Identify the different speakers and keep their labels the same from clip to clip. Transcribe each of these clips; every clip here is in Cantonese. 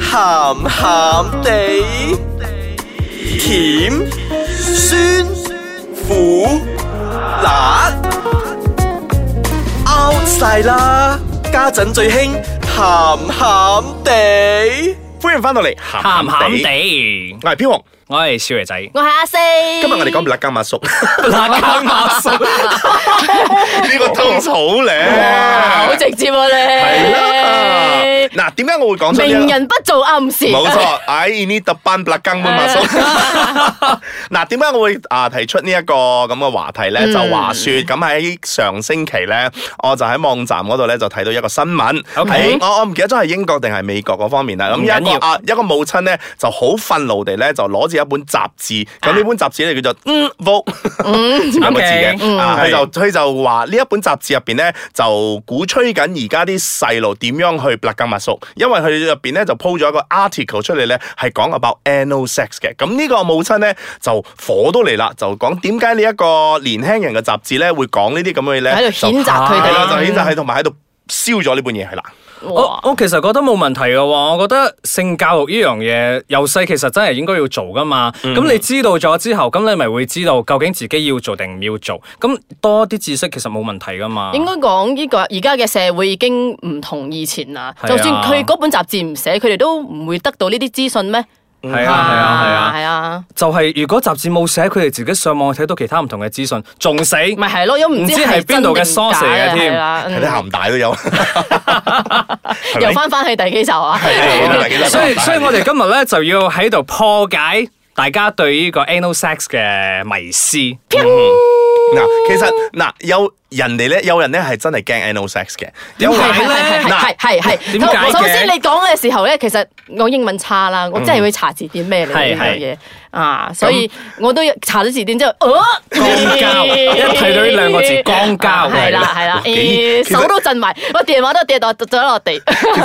Speaker 1: 鹹鹹地，甜酸苦辣 out 晒啦！家陣最興鹹鹹地。
Speaker 2: 歡迎翻到嚟，咸
Speaker 3: 鹹鹹，地，
Speaker 2: 我係飄紅，
Speaker 3: 我係少爺仔 ，
Speaker 4: 我係阿四。
Speaker 2: 今日我哋講辣椒馬 叔呢
Speaker 3: 辣家馬叔，
Speaker 2: 個吐槽
Speaker 4: 哇，好
Speaker 2: 咧，
Speaker 4: 直接喎
Speaker 2: 係啦
Speaker 4: 你。，
Speaker 2: 嗱，點解我會講出呢
Speaker 4: 明
Speaker 2: 個？
Speaker 4: 人不做暗事。
Speaker 2: 冇錯，哎，呢特班辣更嘛，馬 叔。嗱，點解我會啊提出呢一個咁嘅話題
Speaker 3: 嗯
Speaker 2: 咧？就話説咁喺上星期咧，我就喺網站嗰度咧就睇到一個新聞，
Speaker 3: OK
Speaker 2: 喺我我唔記得咗係英國定係美國嗰方面啦。咁
Speaker 3: 唔緊
Speaker 2: 一個
Speaker 3: 要
Speaker 2: 啊一個母親咧就好憤怒地咧就攞住一本雜誌，咁呢本雜誌咧叫做嗯 Vogue 兩個字
Speaker 3: OK
Speaker 2: 嘅，啊佢
Speaker 3: 係
Speaker 2: 就佢就話呢一本雜誌入邊咧就鼓吹緊而家啲細路點樣去勒緊密熟，因為佢入邊咧就 po 咗一個 article 出嚟咧係講 about anal sex 嘅。咁呢個母親咧就火都嚟啦，就講點解呢一個年輕人嘅雜誌咧會講呢啲咁嘅嘢咧？
Speaker 4: 喺度
Speaker 2: 就
Speaker 4: 譴責佢
Speaker 2: 係啦，就
Speaker 4: 哋。
Speaker 2: 譴責佢同埋喺度燒咗呢本嘢係啦。
Speaker 3: 我
Speaker 4: 哇
Speaker 3: 我其實覺得冇問題嘅喎，我覺得性教育呢樣嘢由細其實真係應該要做噶嘛。咁、你知道咗之後，咁你咪會知道究竟自己要做定唔要做。咁多啲知識其實冇問題噶嘛。
Speaker 4: 應該講呢個而家嘅社會已經唔同以前啦。
Speaker 3: 係啊
Speaker 4: 就算佢嗰本雜誌唔寫，佢哋都唔會得到呢啲資訊咩？
Speaker 3: 係啊係啊係啊，
Speaker 4: 係啊，
Speaker 3: 就係如果雜誌冇寫，佢哋自己上網睇到其他唔同嘅資訊，仲死。
Speaker 4: 咪係啊咯，又唔知
Speaker 3: 唔知係
Speaker 4: 係
Speaker 3: 邊度嘅
Speaker 4: 真定
Speaker 3: source 嚟嘅
Speaker 4: 假
Speaker 3: 添
Speaker 4: 係啦
Speaker 2: 睇啲
Speaker 4: 嗯
Speaker 2: 鹹大都有， 係咪
Speaker 4: 又翻翻去第幾集啊？
Speaker 2: 係啊係啊
Speaker 3: 所以所以我哋今日咧就要喺度破解大家對呢個 anal sex 嘅迷思。
Speaker 2: 嗱，其實嗱有人哋咧，有人咧係真係驚 anal sex 嘅，有
Speaker 3: 點
Speaker 4: 係
Speaker 3: 解
Speaker 2: 人
Speaker 3: 呢
Speaker 4: 係係係係
Speaker 3: 點解嘅
Speaker 4: 係。首先你講嘅時候咧，其實我英文差啦，我真係會查字典咩嚟
Speaker 3: 哦係
Speaker 4: 呢樣嘢啊，所以我都查咗字典之後，哦，
Speaker 3: 肛交一睇到呢兩個字肛交
Speaker 4: 係啦係啦，
Speaker 2: 幾
Speaker 4: 咦
Speaker 2: 其實
Speaker 4: 手都震埋，我電話都跌到咗落地，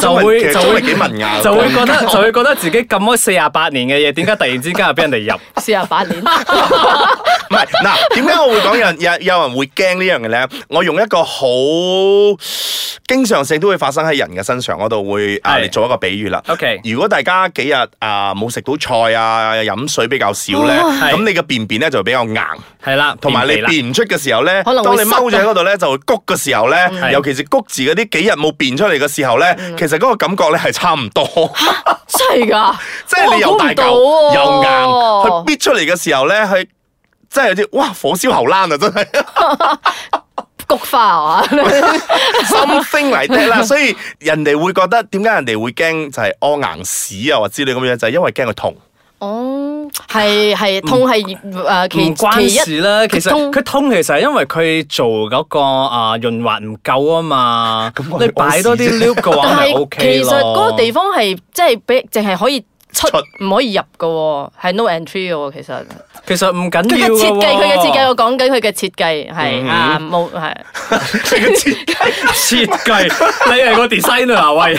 Speaker 3: 就會
Speaker 2: 其實
Speaker 3: 就
Speaker 2: 中
Speaker 3: 會
Speaker 2: 文幾文雅，
Speaker 3: 就會覺得就會覺得自己撳咗四廿八年嘅嘢，點解突然之間又俾人哋入？
Speaker 4: 四十八年，
Speaker 2: 唔係嗱，點解我會講有人有有人會驚呢樣嘅咧？我用一個好經常性都會發生喺人嘅身上嗰度會啊
Speaker 3: 係
Speaker 2: 嚟做一個比喻啦。
Speaker 3: OK
Speaker 2: 如果大家幾日啊冇食到菜啊，飲水比較少咧，
Speaker 3: 哦係
Speaker 2: 咁你嘅便便咧就會比較硬。
Speaker 3: 係啦，
Speaker 2: 同埋你
Speaker 3: 便秘啦
Speaker 2: 便唔出嘅時候咧，
Speaker 4: 可
Speaker 2: 當
Speaker 4: 能
Speaker 2: 你
Speaker 4: 會
Speaker 2: 踎住喺嗰度咧，就會谷嘅時候咧，
Speaker 3: 嗯
Speaker 2: 尤其是谷字嗰啲幾日冇便出嚟嘅時候咧，其實嗰個感覺咧係差唔多，
Speaker 4: 真係㗎，
Speaker 2: 即係你又大嚿
Speaker 4: 我估
Speaker 2: 又
Speaker 4: 唔哦
Speaker 2: 硬，
Speaker 4: 到
Speaker 2: 佢
Speaker 4: 喎
Speaker 2: 逼出嚟嘅時候咧，佢真係有啲哇火燒後欄啊！真 係
Speaker 4: 菊花啊，
Speaker 2: 心聲嚟的啦，所以人哋會覺得點解人哋會驚就係屙硬屎啊或之類咁樣，就係因為驚佢 痛。
Speaker 4: 哦，係係痛係誒其
Speaker 3: 唔關
Speaker 4: 其一。
Speaker 3: 事啦，其實
Speaker 4: 通
Speaker 3: 佢通其實係因為佢做嗰個啊潤滑唔夠啊嘛
Speaker 2: 咁我，去
Speaker 3: 你擺多啲
Speaker 2: 屙屎
Speaker 3: loop 嘅話咪
Speaker 4: 但
Speaker 3: OK
Speaker 4: 其
Speaker 3: 咯。
Speaker 4: 實嗰個地方係即係俾淨係可以出
Speaker 2: 出
Speaker 4: 唔可以入嘅喎，係 no entry 嘅喎。其實
Speaker 3: 其實唔
Speaker 4: 佢
Speaker 3: 緊
Speaker 4: 嘅
Speaker 3: 要
Speaker 4: 設計，
Speaker 3: 㗎喎
Speaker 4: 佢嘅設計，我講緊佢嘅設計係啊冇係
Speaker 2: 佢嘅設計
Speaker 3: 設計，你係個 designer 啊 喂，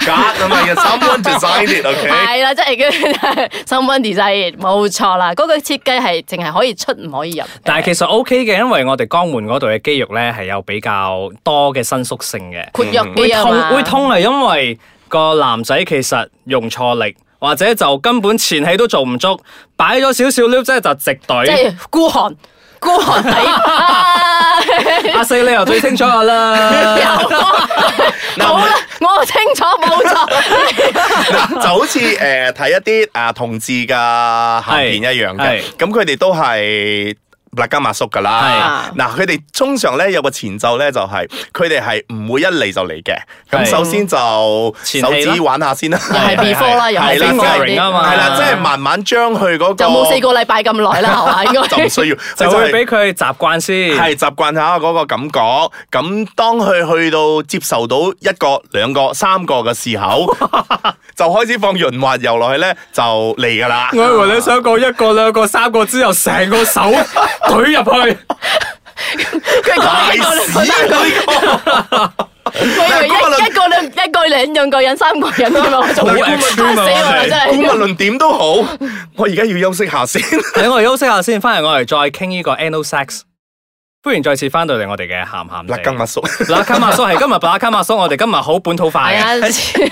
Speaker 2: 假啊嘛，someone designed it，OK？
Speaker 4: 係啦，即係佢 someone design 冇錯啦。嗰個設計係淨係可以出唔可以入。
Speaker 3: 但係其實 OK 嘅，因為我哋肛門嗰度嘅肌肉咧係有比較多嘅伸縮性嘅。
Speaker 4: 括約
Speaker 3: 會
Speaker 4: 肌啊
Speaker 3: 痛
Speaker 4: 嘛，
Speaker 3: 會痛係因為個男仔其實用錯力，或者就根本前戲都做唔足，擺咗少少 loop 即係就直
Speaker 4: 即
Speaker 3: 隊。
Speaker 4: 係 孤寒孤寒底。啊
Speaker 3: 阿四你又最清楚我 啦，
Speaker 4: 好啦，我清楚 冇錯。
Speaker 2: 嗱，就好似誒睇一啲啊同志嘅鹹片一樣嘅啊
Speaker 3: 係，
Speaker 2: 咁佢哋都係。辣加馬叔噶啦，嗱佢哋通常咧有個前奏咧就係佢哋係唔會一嚟就嚟嘅，咁
Speaker 3: 係
Speaker 2: 首先就
Speaker 3: 前
Speaker 2: 手
Speaker 3: 戲啦
Speaker 2: 指玩下先啦，
Speaker 4: 又係 before 啦，又係
Speaker 2: 係啦
Speaker 4: before
Speaker 3: 啊嘛
Speaker 2: 係啦，即係慢慢將佢嗰個
Speaker 4: 就冇四個禮拜咁耐啦，係嘛？應該
Speaker 2: 就唔 需要，
Speaker 3: 就
Speaker 2: 係
Speaker 3: 會俾佢習慣先。
Speaker 2: 係習慣下嗰個感覺，咁當佢去到接受到一個、兩個、三個嘅 時候，就開始放潤滑油落去咧，就嚟㗎啦。
Speaker 3: 我以為你想講一個、兩個、三個之後，成個手懟入 去。
Speaker 4: 佢
Speaker 2: 大
Speaker 4: 講一個兩
Speaker 2: 屎
Speaker 4: 個
Speaker 2: 啊！呢
Speaker 4: 我以為一一個兩一個兩兩個人三個人㗎嘛，我仲
Speaker 3: 好
Speaker 4: 以為
Speaker 3: extreme 啊
Speaker 4: 嚇死
Speaker 2: 個，
Speaker 4: 我
Speaker 2: 無
Speaker 4: 啦真係。
Speaker 2: 論點都好， 我而家要休息下先。
Speaker 3: 等我哋休息下先，翻嚟我哋再傾呢個 anal sex。歡迎再次翻到嚟我哋嘅咸咸
Speaker 2: 辣更
Speaker 3: 地。
Speaker 2: 密熟，
Speaker 3: 嗱，卡馬叔係今日嗱，卡馬叔，我哋今日好本土化
Speaker 4: 係
Speaker 3: 嘅。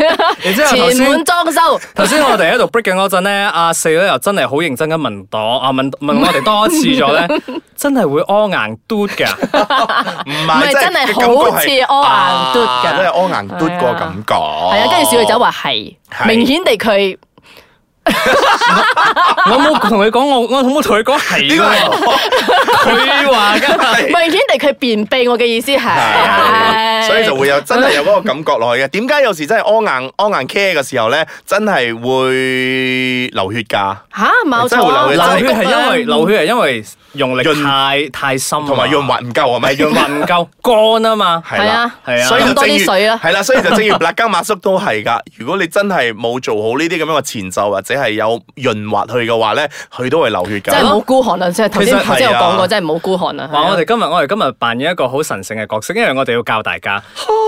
Speaker 4: 啊，
Speaker 3: 然之後啊頭
Speaker 4: 前
Speaker 3: 先
Speaker 4: 門裝修。
Speaker 3: 頭先我哋喺度 break 緊嗰陣咧，阿四咧又真係好認真咁問我，啊問問我哋多次咗 咧，真係會屙硬嘟㗎。
Speaker 2: 唔
Speaker 4: 唔係
Speaker 2: 係
Speaker 4: 真係好似
Speaker 2: 啊
Speaker 4: 屙硬嘟
Speaker 2: 真係
Speaker 4: 㗎，
Speaker 2: 屙硬嘟個感覺。
Speaker 4: 係
Speaker 2: 係
Speaker 4: 啊，跟住小女仔話係，
Speaker 2: 係
Speaker 4: 明顯地佢
Speaker 3: 我冇同佢講，我我冇同佢講係
Speaker 2: 呢
Speaker 3: 㗎
Speaker 2: 個 係
Speaker 3: 喎，佢話 㗎。
Speaker 2: 係
Speaker 4: 明顯地佢便秘，我嘅意思係，
Speaker 2: 係，所以就會有真係有嗰個感覺落去嘅。點解有時真係屙硬屙硬 care 嘅時候咧，真係會流血㗎，
Speaker 4: 吓冇
Speaker 2: 真係
Speaker 4: 錯
Speaker 2: 會
Speaker 4: 啊，
Speaker 2: 流
Speaker 3: 流
Speaker 2: 真係
Speaker 3: 血係因為流血係因為用力
Speaker 2: 潤
Speaker 3: 太太深
Speaker 4: 嗯
Speaker 3: 啊，
Speaker 2: 同埋 潤滑唔夠係咪？
Speaker 3: 潤 滑唔夠乾啊嘛。
Speaker 2: 係
Speaker 4: 係
Speaker 2: 啦
Speaker 4: 啊，
Speaker 3: 係啊
Speaker 2: 所以就
Speaker 4: 飲多啲
Speaker 2: 正如
Speaker 4: 水啊
Speaker 2: 係啦，所以就正 如辣更馬叔都係㗎。如果你真係冇做好呢啲咁樣嘅前奏，或者係有潤滑去嘅話咧，佢都會流血㗎。
Speaker 4: 真係冇孤寒啊！即係頭
Speaker 3: 其實
Speaker 4: 先
Speaker 3: 係啊
Speaker 4: 頭先有講過，真係冇孤寒啊！係啊
Speaker 3: 哇！我哋今日我哋今日扮演一個好神聖嘅角色，因為我哋要教大家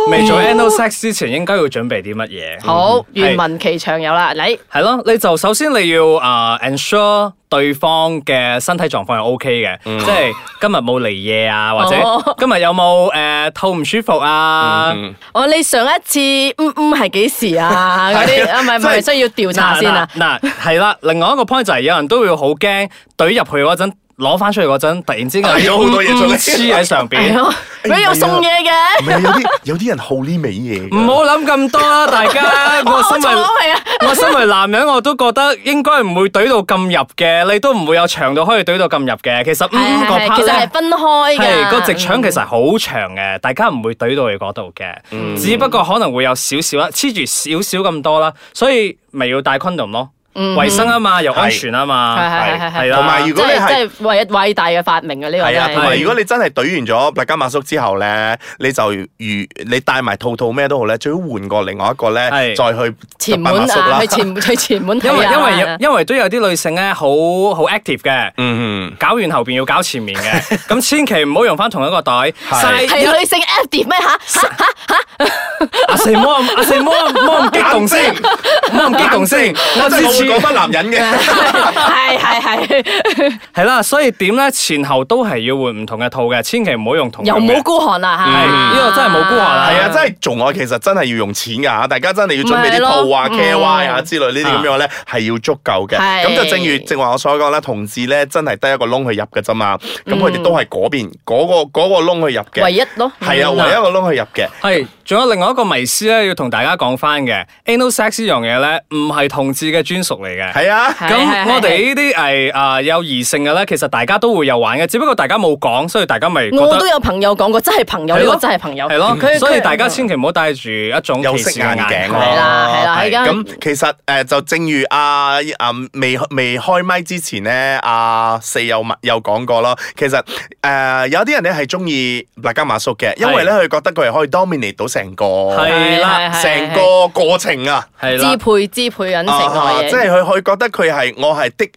Speaker 3: 未做 anal sex 之前應該要準備啲乜嘢。
Speaker 4: 好願聞其詳有啦，你
Speaker 3: 係咯，你就首先你要啊、呃 ensure 對方嘅身體狀況係 OK 嘅，
Speaker 2: 嗯
Speaker 3: 即係今日冇嚟嘢啊，或者
Speaker 4: 哦
Speaker 3: 今日有冇誒肚唔舒服啊？
Speaker 2: 嗯
Speaker 4: 我你上一次嗯嗯係幾時啊？嗰啲啊唔係唔
Speaker 2: 真
Speaker 4: 係需要調查先啊！
Speaker 3: 嗱，嗱嗱係啦，另外一個 point 就係有人都會好驚懟入去嗰陣，攞翻出嚟嗰陣，突然之 間
Speaker 2: 有好多嘢出嚟
Speaker 3: 黐喺上
Speaker 4: 係
Speaker 3: 邊。
Speaker 4: 咯，佢有送嘢
Speaker 2: 唔
Speaker 4: 嘅，
Speaker 2: 係有啲有啲人好呢味嘢
Speaker 3: 唔
Speaker 2: 㗎。
Speaker 3: 好諗咁多啦，大家。我
Speaker 4: 我
Speaker 3: 身
Speaker 4: 錯
Speaker 3: 為
Speaker 4: 係啊！
Speaker 3: 我身為男人，我都覺得應該唔會懟到咁入嘅，你都唔會有長到可以懟到咁入嘅。其實
Speaker 4: 係
Speaker 3: 嗯個
Speaker 4: 係係，其
Speaker 3: part
Speaker 4: 實係
Speaker 3: 咧。
Speaker 4: 分開
Speaker 3: 係
Speaker 4: 嘅。
Speaker 3: 個直腸其實係好長嘅，大家唔會懟到去嗰度嘅，只不過可能會有少少啦，黐住少少咁多啦，所以咪要戴 condom 咯，衞生啊嘛，又安全啊嘛，
Speaker 4: 係係係係
Speaker 3: 係啦，
Speaker 2: 同埋如果你
Speaker 4: 真係
Speaker 2: 係
Speaker 4: 真係偉偉大嘅發明啊！呢個
Speaker 2: 係
Speaker 4: 真
Speaker 2: 啊，
Speaker 4: 係
Speaker 2: 同埋如果你真係懟完咗白加馬叔之後咧，你就如你戴埋套套咩都好咧，最好換過另外一個咧，
Speaker 3: 係
Speaker 2: 再去
Speaker 4: 前
Speaker 2: 白馬
Speaker 4: 門
Speaker 2: 叔
Speaker 4: 啊，
Speaker 2: 啦
Speaker 4: 去。前去前門睇
Speaker 3: 因為
Speaker 4: 啊
Speaker 3: 因為有因為都有啲女性咧，好好 active 嘅，
Speaker 2: 嗯，
Speaker 3: 搞完後邊要搞前面 嘅，咁千祈唔好用翻同一個袋，
Speaker 2: 係
Speaker 4: 係女性 F 碟咩吓？ 嚇
Speaker 3: 阿四摸阿四摸摸咁激 動先，摸咁激動先，我
Speaker 2: 我真係冇
Speaker 3: 支
Speaker 2: 會
Speaker 3: 持
Speaker 2: 講翻男人 嘅，
Speaker 4: 係係係，
Speaker 3: 係啦，所以點咧前後都係要換唔同嘅套嘅，千祈唔好用同
Speaker 4: 又
Speaker 3: 樣嘅
Speaker 4: 冇孤寒啦
Speaker 3: 係
Speaker 4: 嚇！
Speaker 3: 呢個真係冇孤寒啦
Speaker 2: 係啊，真係做愛其實真係要用錢㗎，大家真係要準備
Speaker 4: 咪係
Speaker 2: 啲
Speaker 4: 咯
Speaker 2: 套啊、
Speaker 4: 嗯
Speaker 2: K Y 啊之類呢啲咁樣咧，係要足夠嘅。
Speaker 4: 係
Speaker 2: 咁就正如正話我所講啦，同志咧真係得一個窿去入嘅啫嘛，咁佢哋都係嗰邊嗰個嗰個窿去入嘅，
Speaker 4: 嗯唯一咯，
Speaker 2: 係啊，唯一一個窿去入嘅。
Speaker 3: 係，仲有另外一個迷思咧，要同大家講翻嘅，anal sex 呢樣嘢咧，唔係同志嘅專屬嚟嘅。
Speaker 2: 係啊，
Speaker 4: 係
Speaker 3: 咁
Speaker 4: 係係
Speaker 3: 我哋呢啲係啊有異性嘅咧，其實大家都會有玩嘅，只不過大家冇講，所以大家咪覺
Speaker 4: 我都
Speaker 3: 得
Speaker 4: 有朋友講過，真係朋友
Speaker 3: 係
Speaker 4: 呢
Speaker 3: 咯
Speaker 4: 個真係朋友，
Speaker 3: 係咯。
Speaker 4: 佢
Speaker 3: 所以
Speaker 4: 佢
Speaker 3: 大家千祈唔好戴住一種
Speaker 2: 有
Speaker 3: 歧
Speaker 2: 色
Speaker 3: 視嘅
Speaker 2: 眼
Speaker 3: 眼
Speaker 2: 鏡
Speaker 3: 光。
Speaker 4: 係啦係啦
Speaker 2: 係
Speaker 4: 而家
Speaker 2: 咁其實誒就正如阿阿未未開麥之前咧，阿四有問有講過咯。其實誒有啲人咧係中意辣加馬叔嘅，因為咧佢覺得佢係可以 dominate 到成個
Speaker 3: 係啦
Speaker 4: 係係係
Speaker 2: 成個過程啊，
Speaker 3: 係啦
Speaker 4: 支，配支配緊成個
Speaker 2: 啊
Speaker 4: 嘢，
Speaker 2: 即係佢佢覺得佢係我係的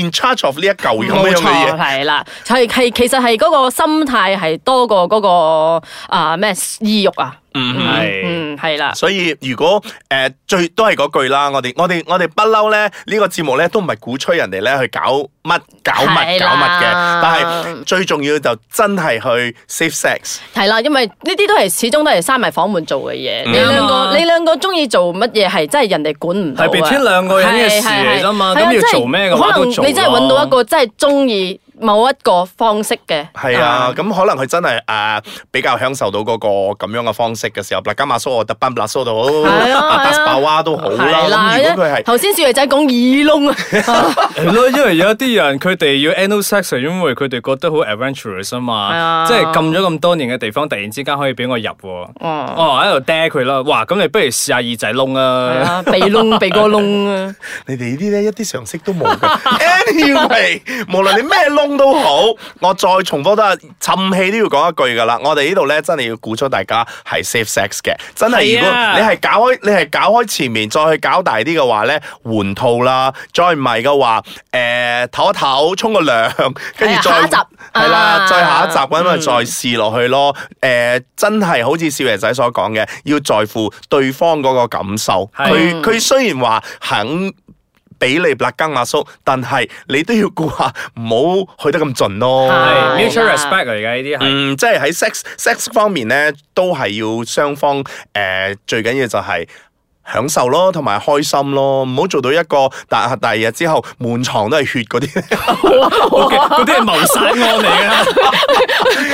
Speaker 2: in charge of 呢一嚿咁
Speaker 4: 冇
Speaker 2: 樣嘅
Speaker 4: 錯
Speaker 2: 嘢。
Speaker 4: 係啦，係係其實係嗰個心態係多過嗰個啊咩意欲啊，
Speaker 3: 係
Speaker 4: 嗯係啦，
Speaker 2: 所以如果誒、呃最都係嗰句啦，我哋我哋我哋不嬲咧，呢、個節目咧都唔係鼓吹人哋咧去搞乜搞乜
Speaker 4: 係
Speaker 2: 搞乜嘅
Speaker 4: 啦，
Speaker 2: 但係最重要就真係去 safe sex。
Speaker 4: 係啦，因為呢啲都係始終都係閂埋房門做嘅嘢。你兩
Speaker 3: 啱啊
Speaker 4: 個你兩個中意做乜嘢係真係人哋管唔到啊
Speaker 3: 係 between 兩個人嘅事
Speaker 4: 係係係
Speaker 3: 嚟㗎嘛
Speaker 4: 係啊
Speaker 3: 咁要
Speaker 4: 真係
Speaker 3: 做咩嘅話
Speaker 4: 可能
Speaker 3: 都做
Speaker 4: 你真係
Speaker 3: 咯
Speaker 4: 揾到一個真係中意某一個方式嘅。
Speaker 2: 係啊，咁、可能佢真係誒、呃比較享受到嗰個咁樣嘅方式嘅時候，嗱，加馬蘇我特班嗱蘇到好，
Speaker 4: 係啊
Speaker 2: 阿
Speaker 4: 係
Speaker 2: 斯
Speaker 4: 啊
Speaker 2: 巴娃都好啦。咁如果佢係
Speaker 4: 頭先小女仔講耳 窿啊，
Speaker 3: 係咯，因為有一啲人佢哋要 anal sex 係因為佢哋覺得好 adventurous 啊
Speaker 4: 係
Speaker 3: 嘛，
Speaker 4: 啊
Speaker 3: 即係禁咗咁多年嘅地方，突然之間可以俾我入喎。
Speaker 4: 哦
Speaker 3: 哦，喺度嗲佢啦，哇！咁你不如試下耳仔窿
Speaker 4: 係
Speaker 3: 啊。
Speaker 4: 啊，鼻窿鼻哥窿啊，
Speaker 2: 你哋呢啲咧一啲常識都冇嘅。anyway，無論你咩窿都好，我再重複得沉氣都要講一句㗎啦。我哋呢度咧真係要鼓出大家係 safe sex 嘅，真係如果
Speaker 3: 係啊
Speaker 2: 你係搞開，你係搞開前面再去搞大啲嘅話咧，換套啦。再唔係嘅話，誒唞一唞，沖個 涼，跟住再
Speaker 4: 係啊下一集
Speaker 2: 係啦，
Speaker 4: 啊嗯
Speaker 2: 再下一集咁咪再試落去咯。誒，真係好似少爺仔所講嘅，要在乎對方嗰個感受。
Speaker 3: 係
Speaker 2: 佢佢雖然話肯。俾你black 更阿叔，但係你都要顧下，唔好去得咁盡
Speaker 4: 係
Speaker 2: 咯。
Speaker 3: 係 mutual
Speaker 4: 啦
Speaker 3: respect 嚟嘅呢啲係。
Speaker 2: 嗯，即係喺 sex sex 方面咧，都係要雙方诶、呃最緊要就係享受咯，同埋開心咯，唔好做到一個但第二日之後滿床都係血嗰啲。
Speaker 3: OK，嗰啲係謀殺案嚟嘅。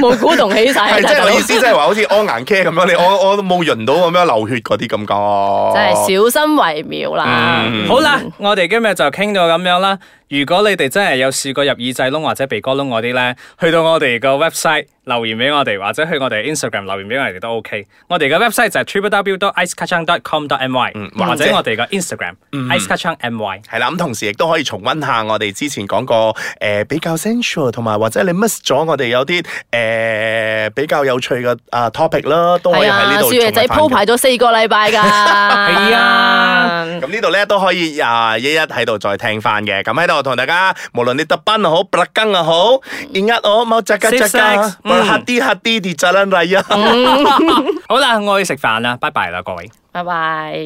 Speaker 4: 毛骨動起晒
Speaker 2: 係，
Speaker 4: 啊，
Speaker 2: 即
Speaker 4: 大
Speaker 2: 係
Speaker 4: 佬
Speaker 2: 我意思，即係話好似屙眼 K 咁樣，你我我都冇潤到咁樣流血嗰啲咁講。
Speaker 4: 真係小心為妙啦。
Speaker 2: 哦嗯
Speaker 3: 好啦，我哋今日就傾到咁樣啦。如果你哋真係有試過入耳仔窿或者鼻哥窿嗰啲咧，去到我哋個 website 留言俾我哋，或者去我哋 Instagram 留言俾我哋都 OK。我哋嘅 website 就係 www.icekachang.com.my，
Speaker 2: 或者
Speaker 3: 或者我哋嘅 Instagram icekachangmy。
Speaker 2: 係啦，咁同時亦都可以重温下我哋之前講過诶、呃比較 sensual 同埋或者你 miss 咗我哋有啲诶、呃比較有趣嘅啊 topic 啦，都可以喺
Speaker 4: 係啊
Speaker 2: 呢，度
Speaker 4: 少
Speaker 2: 重溫
Speaker 4: 爺仔
Speaker 2: 返嘅
Speaker 4: 鋪排咗四個禮 拜㗎。係
Speaker 3: 啊。
Speaker 2: 咁呢度咧都可以啊一一喺度再聽翻嘅，咁喺度同大家，無論你特賓又好，布勒根又好，而呃我冇扎加扎
Speaker 3: Safe
Speaker 2: 加
Speaker 3: sex，，
Speaker 2: 布黑啲黑
Speaker 4: 嗯
Speaker 2: 啲跌扎撚嚟啊！
Speaker 3: 好啦，我去食飯啦，拜拜啦，各位。
Speaker 4: 拜拜。